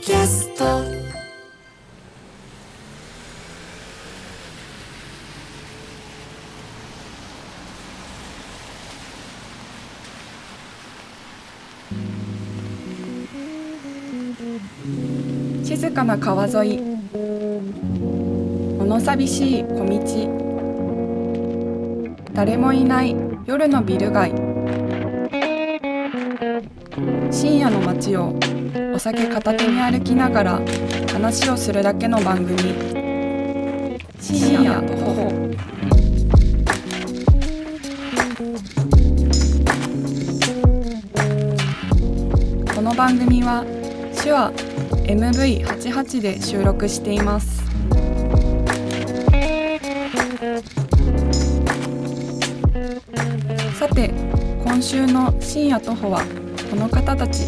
キャスト静かな川沿い物寂しい小道誰もいない夜のビル街深夜の街をお酒片手に歩きながら話をするだけの番組深夜とほほこの番組は手話 MV88 で収録していますさて今週の深夜徒歩はこの方たち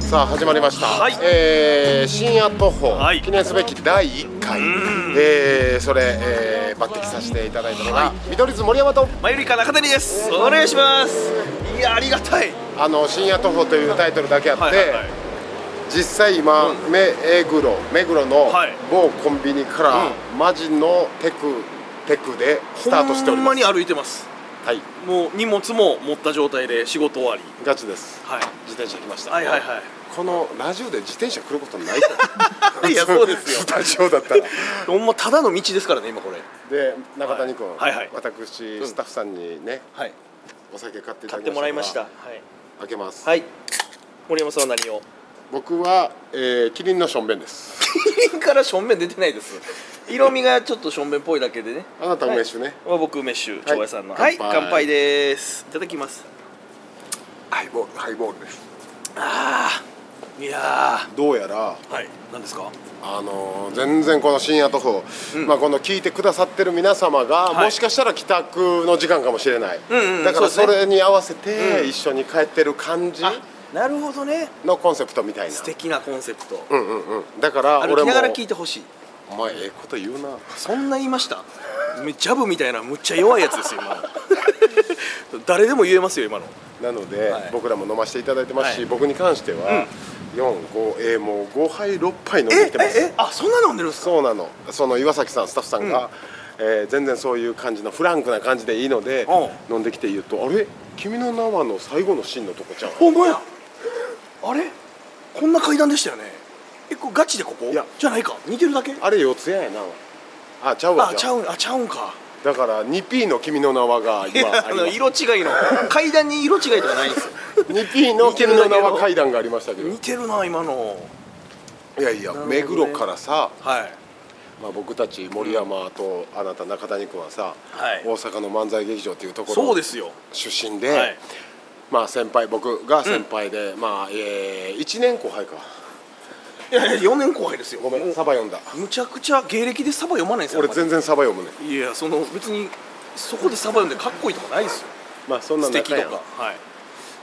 さあ始まりました、はいえー深夜徒歩、はい記念すべき第1回、えーそれ、えー抜擢させていただいたのが、見取り図森山とマユリカ中谷です。お願いします。いやありがたい。あの深夜徒歩というタイトルだけあって、はいはいはい実際今、う目黒目黒のはい某コンビニから、マジのテクテクでスタートしておりほまんますに歩いてます。はいもう荷物も持った状態で仕事終わり。ガチですはい。自転車来ました、はいはいはこのラジオで自転車来ることないい。いや そうです よス。タジオだったらほんまただの道ですからね今これ。で中谷君、はいはい私んスタッフさんにね、はい。お酒買っていただ買っきてもらいままし。したはたい。開けます、はい。森山さんは何を？僕は、えー、キリンのしょんべんですキリンから正面出てないです。色味がちょっと正面っぽいだけでね。あなた梅酒ねは僕梅酒長屋さんの。ははいい。乾杯乾杯です。いただきます。ハイボールハイボールですああ。いやどうやらー。はい。何ですか？あのー全然この深夜徒歩、まあ、この聞いてくださってる皆様が、はいもしかしたら帰宅の時間かもしれない、んうんだからそそうですねれに合わせうてん一緒に帰ってる感じあ、なるほどね。のコンセプトみたいな素敵なコンセプト。うんうんうんだから俺歩もきながら聞いてほしい。お前ええこと言うなそんな言いました。めジャブみたいなむっちゃ弱いやつですよ今の。 誰でも言えますよ今の。なので、はい僕らも飲ませていただいてますし、はい僕に関しては、45えーもう5杯6杯飲んできてますあそんな飲んでるんですか。そうなのその岩崎さんスタッフさんが、えー全然そういう感じのフランクな感じでいいのでう飲んできて言うと「あれ君の名は」の最後のシーンのとこちゃうほんまや。あれこんな階段でしたよね。えこれガチでここ？いやじゃないか。似てるだけ？あれ四つ谷やなあちゃうわあちちゃゃううんあちゃうんか。だから 2P の「君の名は」が今あ ありのます色違いの階段に色違いとかないんですよ。 2P の「似て君るだのけの名は」階段がありましたけど似てるな今の。いやいやなるほどね目黒からさ、はい。まあ、僕たち森山とあなた中谷君はさ、はい大阪の漫才劇場っていうとこそうろですよ。出身で、はいまあ先輩僕が先輩で、まあ、え1年後輩かいやいや四年後輩ですよ。ごめもんうサバ読んだむちゃくちゃ芸歴でサバ読まないんですよ俺あんまり全然サバ読むねいやその別にそこでサバ読んでかっこいいとかないですよまあそんな素んだ敵とかはい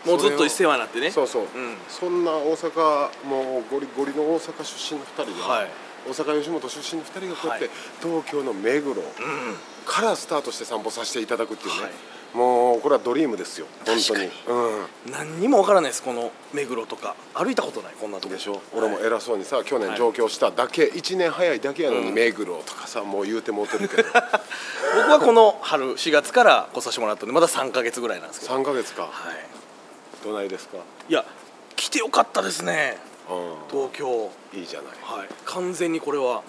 もうずっと世話になってねそうそう、ん、そんな大阪もうゴリゴリの大阪出身の2人が、はい大阪吉本出身の2人がこうやって、はい東京の目黒からスタートして散歩させていただくっていうね、はいもうこれはドリームですよ本当に確うん、何にもわからないですこの目黒とか歩いたことないこんなうとんこでしょ俺もはい偉そうにさ去年はい上京しただけ、一1年早いだけやのにうん目黒とかさもう言うてもうて るけど僕はこの春4月から来させてもらったんでまだ3か月ぐらいなんですけど3か月かはいどないですか、いや来てよかったですねう東京ん、いいじゃないはい、完全にこれは、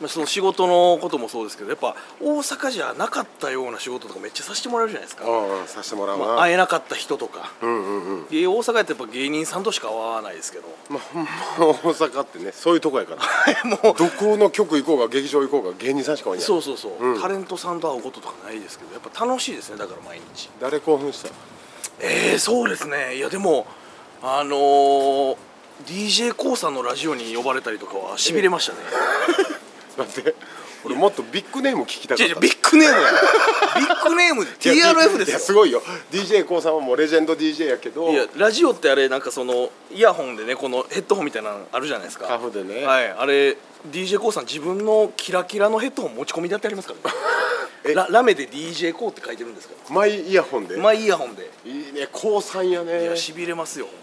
まあ、その仕事のこともそうですけどやっぱ大阪じゃなかったような仕事とかめっちゃさせてもらえるじゃないですか、うんうんさせてもらうな、まあ、会えなかった人とかうんうんうんで大阪やったらやっぱ芸人さんとしか会わないですけどまあ、ほんま大阪ってねそういうとこやからもどこの局行こうが劇場行こうが芸人さんしかおいんうやそうそうそう、うんタレントさんと会うこととかないですけどやっぱ楽しいですねだから毎日誰興奮したえー、そうですねいやでもあのー d j k o さんのラジオに呼ばれたりとかはしびれましたね、だって俺もっとビッグネーム聞きたか違っう違たうビッグネーム やビッグネームで TRF でいやすすよごいよ d j k o さんはもうレジェンド DJ やけどいやラジオってあれなんかそのイヤホンでねこのヘッドホンみたいなのあるじゃないですかカフでね、はいあれ d j k o さん自分のキラキラのヘッドホン持ち込みだってあります からねララメで d j k o って書いてるんですかマイイヤホンで、らマイイヤホンでいいね高3やねいやしびれますよほんまに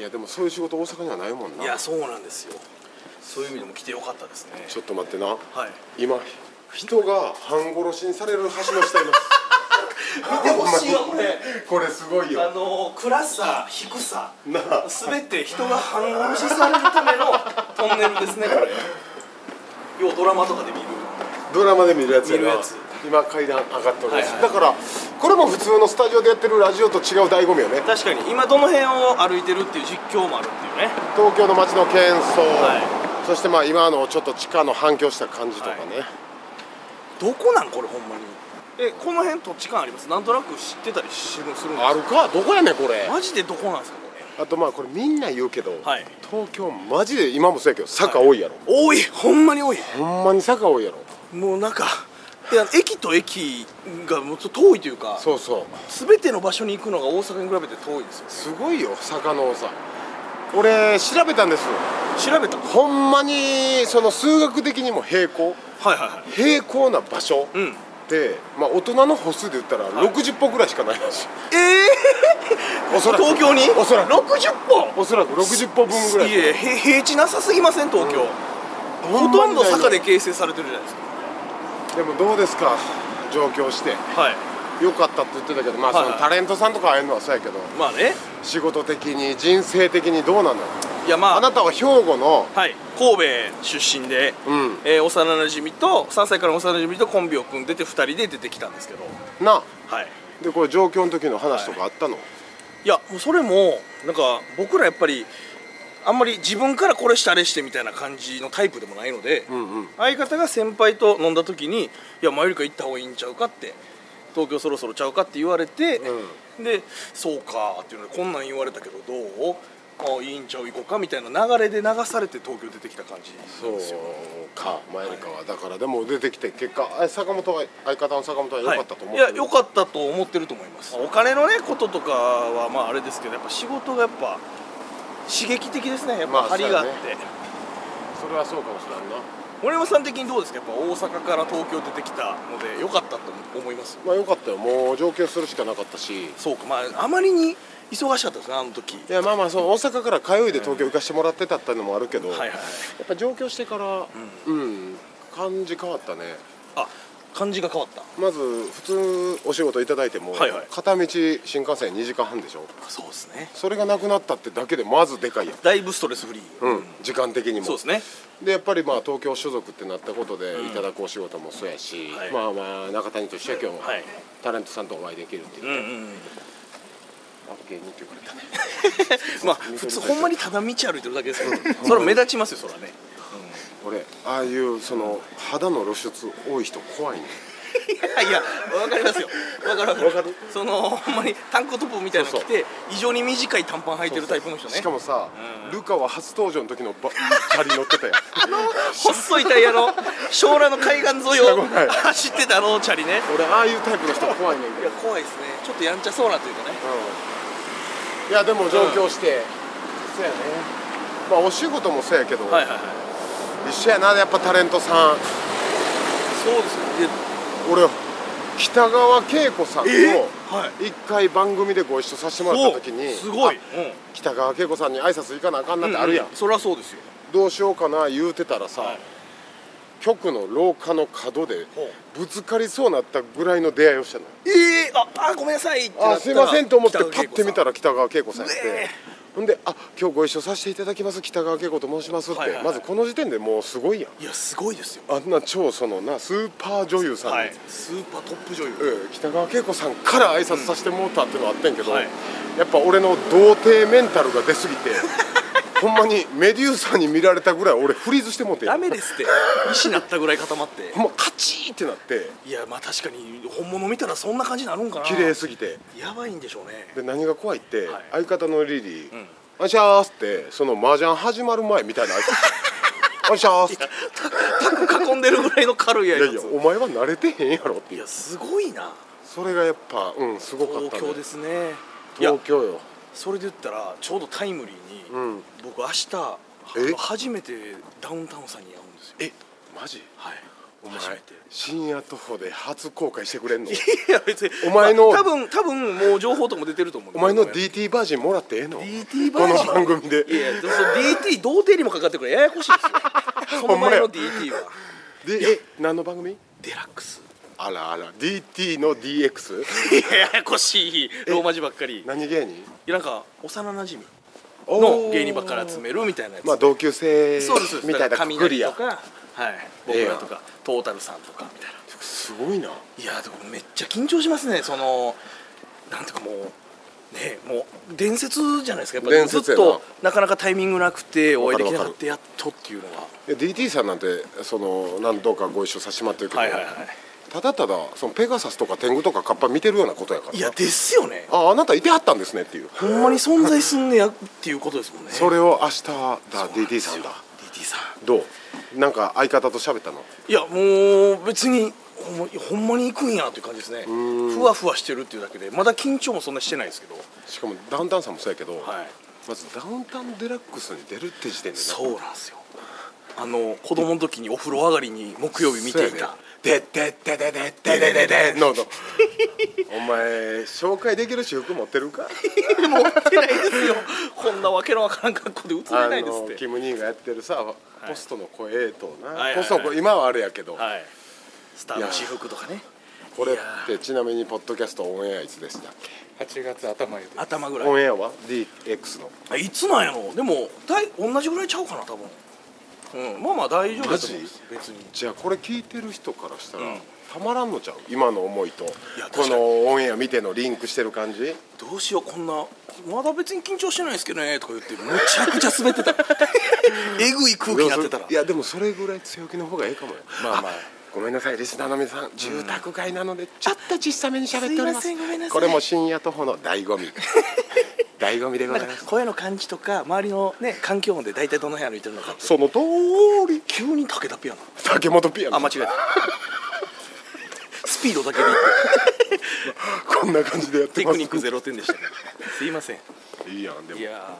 いやでもそういう仕事大阪にはないもんないやそうなんですよそういう意味でも来てよかったですねちょっと待ってなはい今人が半殺しにされる橋の下います見てほしいわほんまにここれれすごいあよの暗さ低さなあすべて人が半殺しされるためのトンネルですねこれ要ドラマとかで見るドラマで見るやつやな見るやつ今階段上がっております、はいはいだからこれも普通のスタジオでやってるラジオと違う醍醐味よね確かに今どの辺を歩いてるっていう実況もあるっていうね東京の街の喧騒、はそしてまあ今のちょっと地下の反響した感じとかね、どこなんこれほんまにえこの辺土地感ありますなんとなく知ってたりするんですあるかどこやねんこれマジでどこなんですかこれあとまあこれみんな言うけど、はい東京マジで今もそうやけど坂多いやろ、多いほんまに多いほんまに坂多いやろもうなんかいや駅と駅がもうちょっと遠いというかそうそう全ての場所に行くのが大阪に比べて遠いですよすごいよ坂の多さ俺調べたんです調べたはいほんまにその数学的にも平行はいは平行な場所いうんで、まあ、大人の歩数で言ったらい60歩ぐらいしかないらしい、え えおそらく東京におそらく60本おそらく60歩分ぐらいいえへ平地なさすぎません東京、ほとんど坂で形成されてるじゃないですかでもどうですか上京してはいよかったって言ってたけどまあはそいはいのタレントさんとか会えるのはそうやけどまあね仕事的に人生的にどうなのよいやまああなたは兵庫のはい神戸出身で、うんえー幼なじみと3歳からの幼なじみとコンビを組んでて2人で出てきたんですけどなはいでこれ上京の時の話とかあったの、いやもうそれもなんか僕らやっぱりあんまり自分からこれしてあれしてみたいな感じのタイプでもないので、うんうん相方が先輩と飲んだ時に「いや前よりか行った方がいいんちゃうか」って「東京そろそろちゃうか」って言われて、で「そうか」っていうのでこんなん言われたけどどうあいいんちゃう行こうかみたいな流れで流されて東京出てきた感じそうか前よりかはだからでも出てきて結果あ坂本は相方の坂本は良かったと思はうい、いけどや良かったと思ってると思いますお金のねこととかはまああれですけどやっぱ仕事がやっぱ刺激的ですねやっぱまあ張りがあって、そうやそれはそうかもしれんな森山さん的にどうですかやっぱ大阪から東京出てきたので良かったと思いますまあ良かったよもう上京するしかなかったしそうかまああまりに忙しかったですねあの時いやまあまあそう大阪から通いで東京行かしてもらってたってのもあるけど、はいはいはいやっぱ上京してからうん、感じ変わったねあ感じが変わったまず普通お仕事いただいても、はいはい片道新幹線2時間半でしょそうですねそれがなくなったってだけでまずでかいやん、だいぶストレスフリー、うん、時間的にもそうですねでやっぱりまあ東京所属ってなったことでいただくお仕事もそうやし、はいまあまあ中谷と一緒や今日もはいタレントさんとお会いできるっていう、うんうんあ芸人って言われたねまあ普通ほんまにただ道歩いてるだけですけどそれは目立ちますよそれはね俺ああいうその肌の露出多い人怖いね いやわかりますよわかるわかるわかるそのほんまにタンクトップみたいなの着て異常に短い短パン履いてるタイプの人ねしかもさ、うんルカは初登場の時のバチャリ乗ってたや ん細いタイヤの湘南の海岸沿いをはい走ってたあのチャリね俺ああいうタイプの人怖いねんけいどや怖いですねちょっとやんちゃそうなというかねうんいやでも上京して、そうやねまあお仕事もそうやけど、はいはいはい一緒やなやっぱタレントさんそうですよね俺北川景子さんとは一回番組でご一緒させてもらった時におすごい、あうん北川景子さんに挨拶行かなあかんなってあるやん、ううそりゃそうですよどうしようかな言うてたらさ、はい局の廊下の角でほぶつかりそうになったぐらいの出会いをしたのよええああごめんなさいってなったらあすいませんと思ってパ北川ッ景子てさん見たら北川景子さんやっうえてほんで「あ今日ご一緒させていただきます北川景子と申します」って、はいはいはいまずこの時点でもうすごいやんいやすごいですよあんな超そのなスーパー女優さんに、はいスーパートップ女優うん北川景子さんから挨拶させてもうたっていうのあってんけど、はいやっぱ俺の童貞メンタルが出すぎて ほんまにメデューサに見られたぐらい俺フリーズしてもうてダメですって石なったぐらい固ま ってほんまカチーってなっていやまあ確かに本物見たらそんな感じになるんかな綺麗すぎてやばいんでしょうねで何が怖いって、はい相方のリリー「ん あしゃーす」ってその麻雀始まる前みたいな挨拶おいしょーっつってタク囲んでるぐらいの軽いやいやついやお前は慣れてへんやろっていいうやすごいなそれがやっぱうんすごかった東京ですすねいや東京よそれで言ったらちょうどタイムリーに、うん僕明日あえの初めてダウンタウンさんに会うんですよえマジはいお前初めて 深夜徒歩で初公開してくれんのいや別にお前のまあ多分多分もう情報とかも出てると思うんお前でのこ DT バージンもらってええの DT こバージのン番組でいやいやでもその DT 童貞にもかかってくるからややこしいで すよその前の DT はでえ何の番組デラックスあらあら DT の DX いやややこしいローマ字ばっかりい何芸人やなんか幼なじみおのー芸人ばっかり集めるみたいなやつ、まあ同級生そうですそうですみたいなだかくらくり雷やとかはい僕らとか、トータルさんとかみたいなすごいないやでもめっちゃ緊張しますねそのなんていうかもうねもう伝説じゃないですかやっぱり伝ずっ説やなとなかなかタイミングなくてお会いできなわかるくわかてやっとっていうのはえ DT さんなんてその何度かご一緒させてもらってるけど、はいはいはただただそのペガサスとか天狗とかカッパ見てるようなことやからいいやですよねああなたいてはったんですねっていうほんまに存在すんねやっていうことですもんねそれを明日だそうなん DT ですさんよだ DT さんどうなんか相方と喋ったのいやもう別にほんまほんまに行くんやという感じですねーんふわふわしてるっていうだけでまだ緊張もそんなしてないですけどしかもダウンタウンさんもそうやけど、はいまずダウンタウンデラックスに出るって時点でそうなんですよあの子供の時にお風呂上がりに木曜日見ていた「ででででででででで」の のお前紹介できる私服持ってる か持ってないですよ こんなわけのわからん格好で映れないですっあのてキム・ニーがやってるさポストの声とな、はいはいはいポストの声今はあれやけど、はいスターの私服とかねこれっいやてちなみにポッドキャストオンエアいつでしたっけ8月頭で頭ぐオらいンエアは DX のあいつなんやろでもだい同じぐらいちゃうかな多分うんまあまあ大丈夫だと思うんです別にじゃあこれ聞いてる人からしたら、うんたまらんのちゃう今の思いとこや確かにのオンエア見てのリンクしてる感じどうしようこんなまだ別に緊張してないですけどねとか言ってむちゃくちゃ滑っ てたえぐい空気になってたらいやでもそれぐらい強気の方がいいかもよまあまあごめんなさいリスナーの皆さん住宅街なのでちょっと小さめに喋っておりますすいませんごめんなさいこれも深夜徒歩の醍 醐味醍醐味でごなざんいかます声の感じとか周りのね環境音で大体どの辺歩いてるのかってその通り急に武田ピアノ竹本ピアノあ間違えたスピードだけでいってこんな感じでやってテますクニックゼロ点でしたねすいませんいいやんでもいや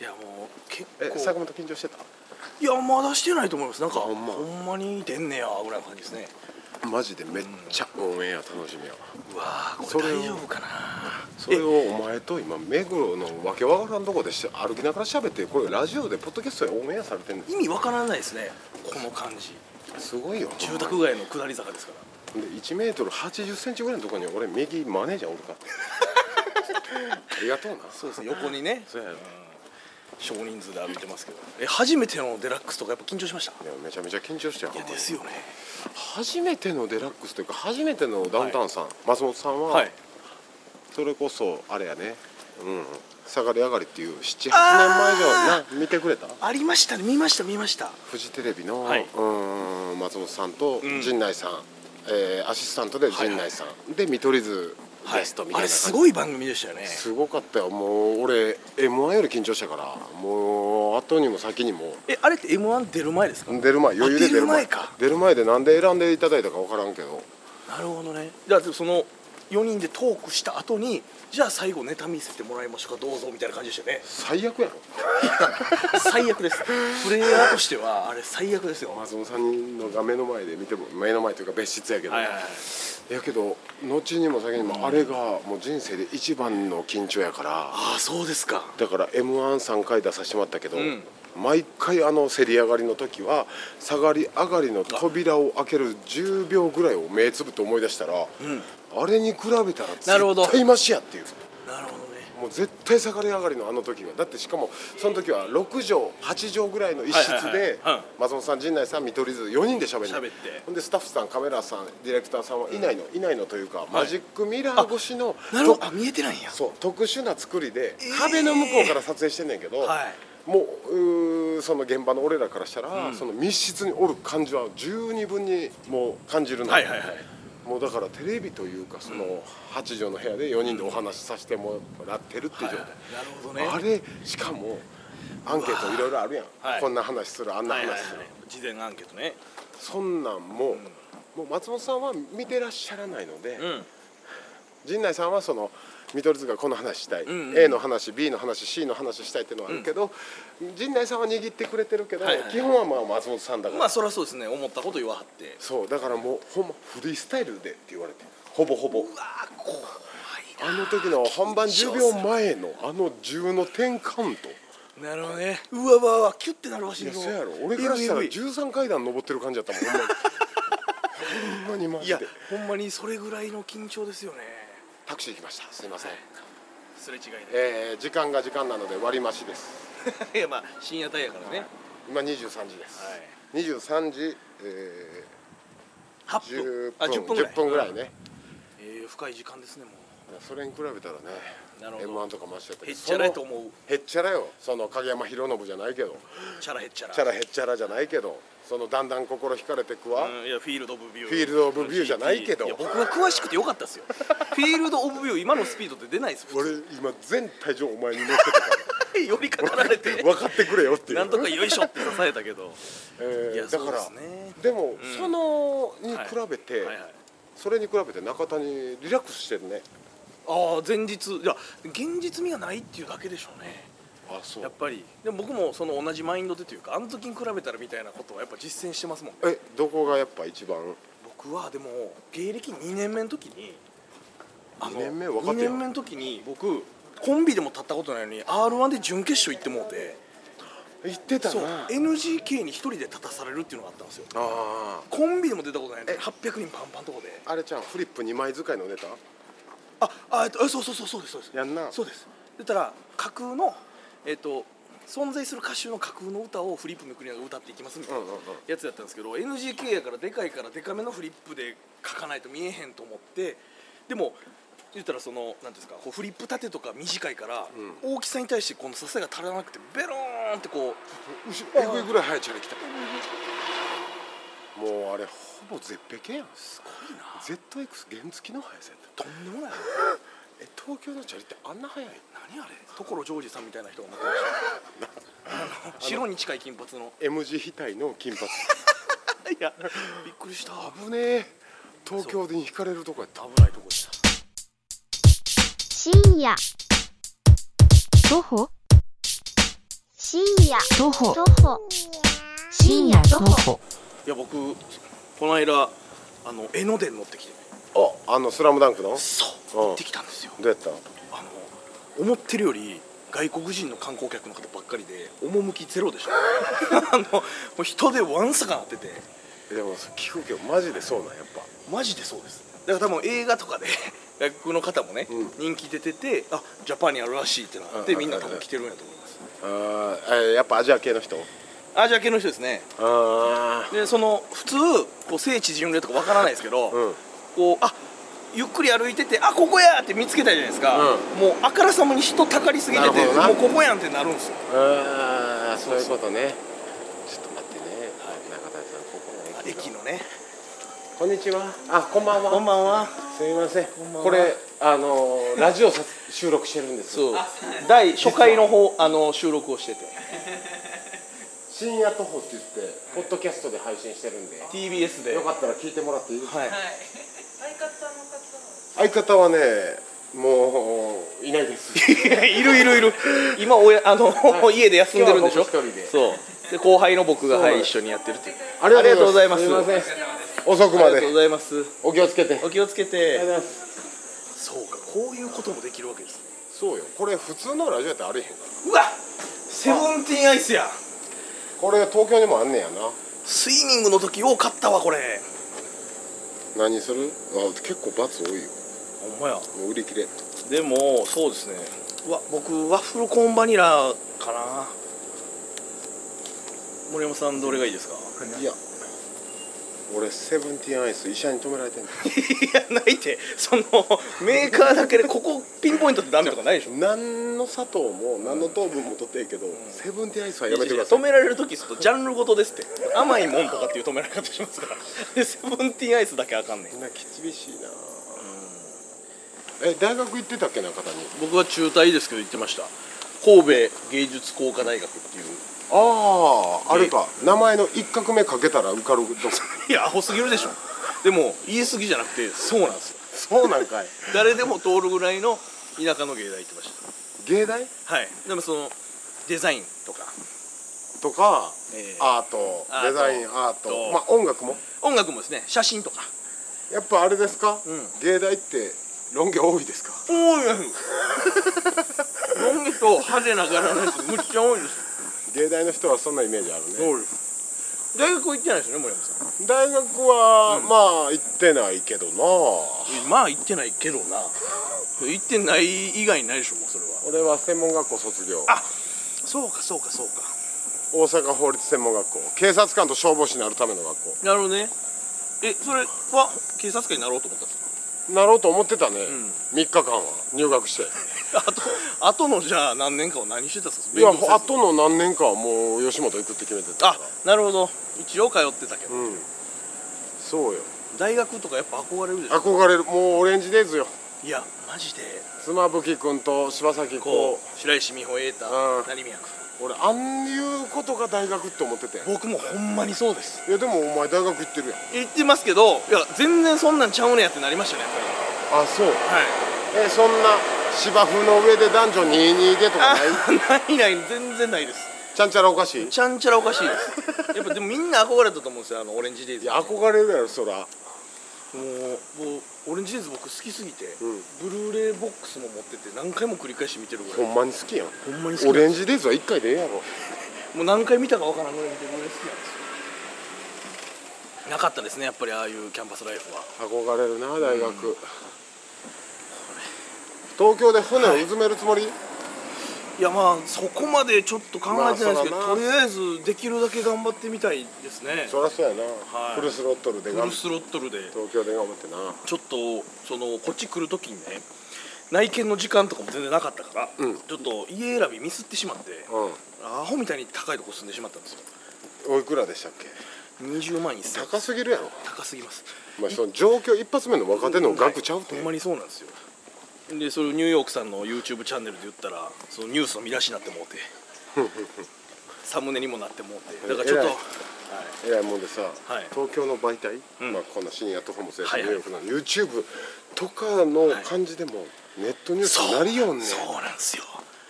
ーいやもう結え構坂本緊張していやまだしてないと思いますなんかほほんんままに出んねやぐらいの感じですねたマジでめっちゃオンエア楽しみやわうわーそこれれを大丈夫かなそれをお前と今目黒のわけわからんとこでし歩きながら喋ってこれラジオでポッドキャストでオンエアされてるんで意味わからないですねこの感じすすごいよ住宅街の下り坂ですからで1メートル8 0センチぐらいのところに俺右マネージャーおるからありがとうなそうですね横にねそうやろ少人数で歩いてますけどえ初めてのデラックスとかやっぱ緊張しましたいやめちゃめちゃ緊張してやいやですよね初めてのデラックスというか初めてのダウンタウンさん、松本さんは、はいそれこそあれやねうん下がり上がりっていう78年前以上あな見てくれたありましたね見ました見ましたフジテレビの、はいうーん松本さんとうん陣内さん、えーアシスタントで陣内さん、で見取り図はゲいストみたいあな感れじ、すごい番組でしたよねすごかったよもう俺 m 1より緊張したからもう後にも先にもえあれって m 1出る前ですか出る前余裕で出る前あ出る前か出る前でなんで選んでいただいたか分からんけどなるほどねじゃあその4人でトークした後にじゃあ最後ネタ見せてもらいましょうかどうぞみたいな感じでしたよね最悪やろ最悪です プレイヤーとしてはあれ最悪ですよ松本さんの画面の前で見ても目の前というか別室やけど、はいはいはいやけど後にも先にもあれがもう人生で一番の緊張やからああそうですかだから m 1 3回出させてもらったけど、ん毎回あの競り上がりの時は下がり上がりの扉を開ける10秒ぐらいを目つぶって思い出したら、あれに比べたらなるほど絶対マシやっていうなるほどねもう絶対下がり上がりのあの時はだってしかもその時は6畳8畳ぐらいの一室ではいはいはいうん松本さん陣内さん見取り図4人で喋喋るってほんでスタッフさんカメラさんディレクターさんはいないの、いないのというか、マジックミラー越しのなるほどあ見えてないんやそう特殊な作りでー壁の向こうから撮影してんねんけど、はいもううーその現場の俺らからしたら、その密室におる感じは十二分にもう感じるの、はいはいはいもうだからテレビというかその8畳の部屋で4人でお話しさせてもらってるっていう状態、なるほどねあれしかもアンケートいろいろあるやん、はいこんな話するあんなはいはいは話いする、事前アンケートねそんなんも、もう松本さんは見てらっしゃらないので、うん陣内さんはその見取り図がこの話したい、んうん A の話 B の話 C の話したいっていうのはあるけど、陣内さんは握ってくれてるけど、はいはいはい基本はまあ松本さんだから、まあそりゃそうですね思ったこと言わはってそうだからもうほんまフリースタイルでって言われてほぼほぼうわー怖いあの時の本番10秒前のあの10の転換とななるほどねうわうわうわキュッてなるわしいんやどそうやろ俺からしたらえぐいえぐい13階段登ってる感じやったもん ほんまにほんまにマいジやでほんまにそれぐらいの緊張ですよねタクシー行きましたすいません、すれ違いでえー時間が時間なので割り増しです いやまあ深夜帯やからね今23時です、はい23時、え8 10分分あ10分ぐらい10分ぐらいね、えー深い時間ですねもうそれに比べたらねなるほ m ど1とかマシやったへっちゃらやとその思うへっちゃらよその影山博信じゃないけどチャラへっちゃらチャラへっちゃらじゃないけどそのだんだん心惹かれてくわ、うんいやフィールド・オブ・ビューフィールドオブビューじゃないけどや僕は詳しくてよかったですよフィールド・オブ・ビュー今のスピードって出ないです 普俺今全体重お前に乗ってたから通に寄りかかられ て分かってくれよっていうなんとかよいしょって支えたけどえーいやだからそうですねでも、うんそのに比べて、はいはいそれに比べて中谷リラックスしてるねああ前日いや現実味がないっていうだけでしょうねあそやっぱりでも僕もその同じマインドでというかあの時に比べたらみたいなことはやっぱ実践してますもんねえどこがやっぱ一番僕はでも芸歴2年目の時にあの二年目若手や二年目の時に僕コンビでも立ったことないのに r 1で準決勝行ってもうて言ってたそうな NGK に一人で立たされるっていうのがあったんですよあコンビでも出たことないのに800人パンパンとこでああれちゃんフリップ2枚使いのネタああえっとえそうそうそうそうですそうですやんなそうですだったら架空のえっと存在する歌手の架空の歌をフリップめくりながら歌っていきますみたいなうんうんうんやつだったんですけど NGK やからでかいからでかめのフリップで書かないと見えへんと思ってでも言ったらその何ですかこうフリップ立てとか短いから大きさに対してこの支えが足らなくてベローンってこうえぐいぐらい早いチャリ来たもうあれほぼ絶壁やんすごいな ZX 原付きの速さやったとんでもないえ東京のチャリってあんな速い何あれ所ジョージさんみたいな人が持ってましたあの白に近い金髪の M 字額の金髪 いやびっくりした危ねえ東京で引かれるとこやった危ないとこでした深夜徒歩深夜徒歩徒歩深夜徒歩いや僕この間あの江ノ電乗ってきてああの「スラムダンクのどそううん行ってきたんですようやったあの思ってるより外国人の観光客の方ばっかりで趣ゼロでしょ あのもう人でわんさかなっててでも聞くけどマジでそうなんやっぱマジでそうですだから多分映画とかで 外国の方もね、うん人気出ててあジャパンにあるらしいってなってうんみんな多分来てるんやと思いますあーえーやっぱアジア系の人アジア系の人ですねあでその普通こう聖地巡礼とかわからないですけど、うんこうあゆっくり歩いててあここやって見つけたじゃないですか、うもうあからさまに人たかりすぎててなるほどなもうここやんってなるんですよあそういうことねちょっと待ってね中谷さんここの駅のねこんにちはあこんばんはこんばんはすみませんんばんはこれあのーラジオさ収録してるんですそう第初回の方あの収録をしてて深夜徒歩って言ってポッドキャストで配信してるんで TBS でよかったら聞いてもらっていいですかはい、相方はねもういないです いるいるいる今おやあの、家で休んでるんでしょ今日は僕一人でそうで後輩の僕が、そうなんはですい、一緒にやってるっていうありがとうございますすみません遅くあまりがとうでございますお気をつけてお気をつけありがとうごてざいますそうかこういうこともできるわけですそうよこれ普通のラジオやったらありへんからうわセブンティーンアイスやこれ東京にもあんねやなスイミングの時よう買ったわこれ何するあ結構罰多いよほんまやもう売り切れでもそうですねうわ僕ワッフルコーンバニラかな森山さんどれがいいですかいや俺セブンティーンアイス医者に止められてんのいやないってそのメーカーだけでここピンポイントでダメとかないでしょ何の砂糖も何の糖分も取っていいけど、セブンティーンアイスはやめてくださ止いめられる時するとジャンルごとですって甘いもんとかっていう止められ方しますからでセブンティーンアイスだけあかんねんみんなきつ厳しいなえ大学行ってたっけな方に僕は中退ですけど言ってました神戸芸術工科大学っていうあああれか名前の一画目かけたら受かるといやアホすぎるでしょでも言い過ぎじゃなくてそうなんですよ そうなんかい誰でも通るぐらいの田舎の芸大行ってまし芸大たはいでもそのデザインとか、とかえーアートアートデザインアーとトまあ音楽も音楽もですね写真とかやっぱあれですか、うん芸大って論議多いですか多いやんロン毛と派手な柄のやつむっちゃ多いです芸大の人はそんなイメージあるね大学行ってないですよね森山さ大学は、まあ行ってないけどなんまあ行ってないけどな行ってない以外ないでしょもうそれは俺は専門学校卒業あそうかそうかそうか大阪法律専門学校警察官と消防士になるための学なるほどねえそれは警察官になろうと思ったんです校かなろうと思ってたね、ん3日間は入学してあとあとのじゃあ何年かは何してたんですかいや勉強せずあとの何年かはもう吉本行くって決めてたあかなるほど一応通ってたけど、らうんそうよ大学とかやっぱ憧れるでしょ憧れるもうオレンジデイズよいやマジで妻夫木君と柴咲こコう白石美穂瑛太うん成宮君ウ俺あんいうことが大学って思ってて僕もほんまにそうですいやでもお前大学行ってるやん言ってますけどいや全然そんなんちゃうねやってなりましたねやっあそうぱりはいえそんな芝生の上で男女22でとかあない ないない全然ないですちゃんちゃらおかしいちゃんちゃらおかしいです やっぱでもみんな憧れたと思うんですよあのオレンジデイズいや憧れるやろそらもうもうオレンジデイズ僕好きすぎて、うんブルーレイボックスも持ってて何回も繰り返し見てるぐほらいんまに好きやんほんまに好きオなレんでンジデイズは1回でええやろすもう何回見たかわからんぐらい見てるぐらい好きなんですよなかったですねやっぱりああいうキャンパスライフは憧れるな大学、東京で船をうずめるつもり、いやまあそこまでちょっと考えてないですけど、まあそらなとりあえずできるだけ頑張ってみたいですねそりゃそうやな、はいフルスロットルでフ頑ル張スロットルで東京で頑張ってなちょっとそのこっち来る時にね内見の時間とかも全然なかったから、うんちょっと家選びミスってしまって、うアホみたいに高いとこ住んでしまったんですよんおいくらでしたっけ20万1000高すぎるやろ高すぎますまあその状況一発目の若手の額ちゃうてほんまにそうなんですよでそれをニューヨークさんの YouTube チャンネルで言ったらそのニュースの見出しになってもうてサムネにもなってもうてだからちょっと、えらいえらいもんでさ、はい東京の媒体、うんまあこんな深夜とかもそうやし、はいはいニューヨークの YouTube とかの感じでもネットニュースそうになりよんねそうなんですよ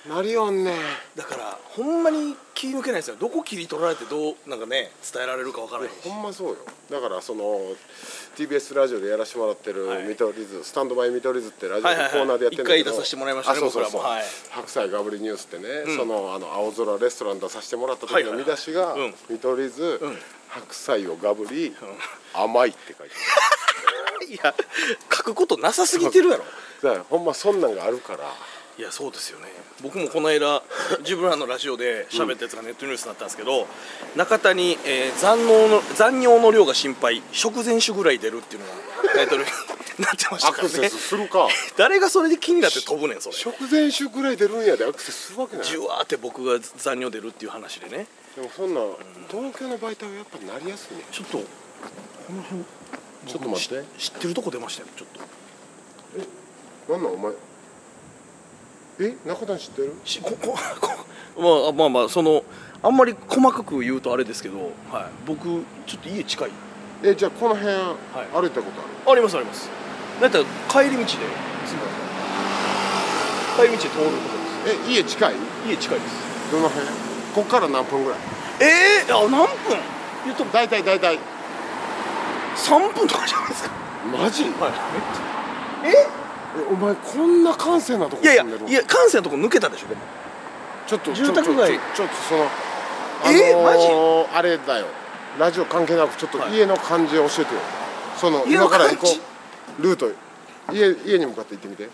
なりよんねだからほんまに気抜けないですよどこ切り取られてどうなんかね伝えられるかわからないしほんまそうよだからその TBS ラジオでやらしてもらってるはい見取り図、スタンドバイ見取り図ってラジオはのいはいはいコーナーでやってるんだけ一ど回出させてもらいましたねあそうそうそう僕らもはい白菜ガブリニュースってね、んそのあの青空レストラン出させてもらった時はいはいのはい見出しがうん見取り図うん白菜をガブり甘いって書いて いや書くことなさすぎてるやろあるだからほんまそんなんがあるからいやそうですよね僕もこの間自分らのラジオで喋ったやつがネットニュースになったんですけど、中田に、えー残尿の残尿の量が心配食前酒ぐらい出るっていうのがタイトル になってましアたかクらセねスするか誰がそれで気になって飛ぶねんそれ食前酒ぐらい出るんやでアクセスするわけないジュワーって僕が残尿出るっていう話でねでもそんな東京の媒体はやっぱなりやすいねちょっとこの辺ちょっと待って知知ってるとこ出ましたよちょっとなんなんお前え中谷知ってるしこここ、 まあ、まあまあそのあんまり細かく言うとあれですけど、はい、僕ちょっと家近いえじゃあこの辺い歩いたことある、ありますありますだったら帰り道で帰り道で通るところえ家近いです家近いですどの辺こっから何分ぐらいええー、あ何分言うと大体大体3分とかじゃないですかマジえは お前こんな閑静なとこいやい住やんでるいや関西のとこ抜けたでしょでもちょっと住宅街ちょちょちょっとそのえあのーマあれだよラジオ関係なくちょっとはい家の感じ教えてよ、その家今のから感行じこうルート家家に向かって行ってみて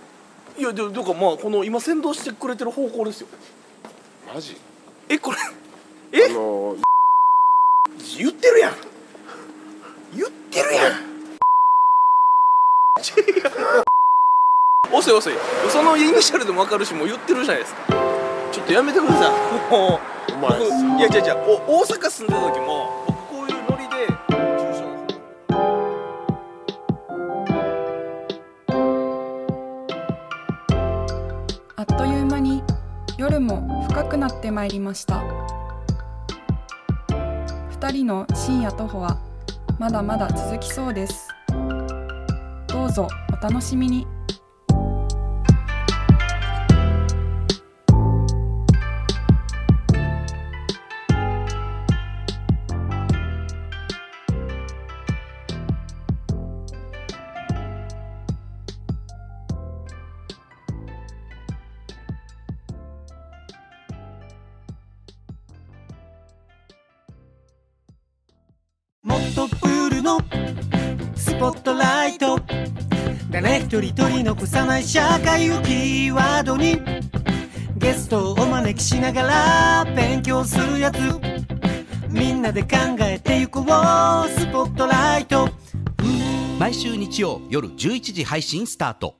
いやでもだからまあこの今先導してくれてる方向ですよマジえこれあえのー言ってるやん言ってるやん遅い遅いそのイニシャルでも分かるしもう言ってるじゃないですかちょっとやめてくだ さいもうお前さ僕いや違う違うお大阪住んでた時も僕こういうノリで住所あがっという間に夜も深くなってまいりました2人の深夜徒歩はまだまだ続きそうですどうぞお楽しみにもっとプールのスポットライト誰一人取り残さない社会をキーワードにゲストをお招きしながら勉強するやつみんなで考えてゆこうスポットライト毎週日曜夜11時配信スタート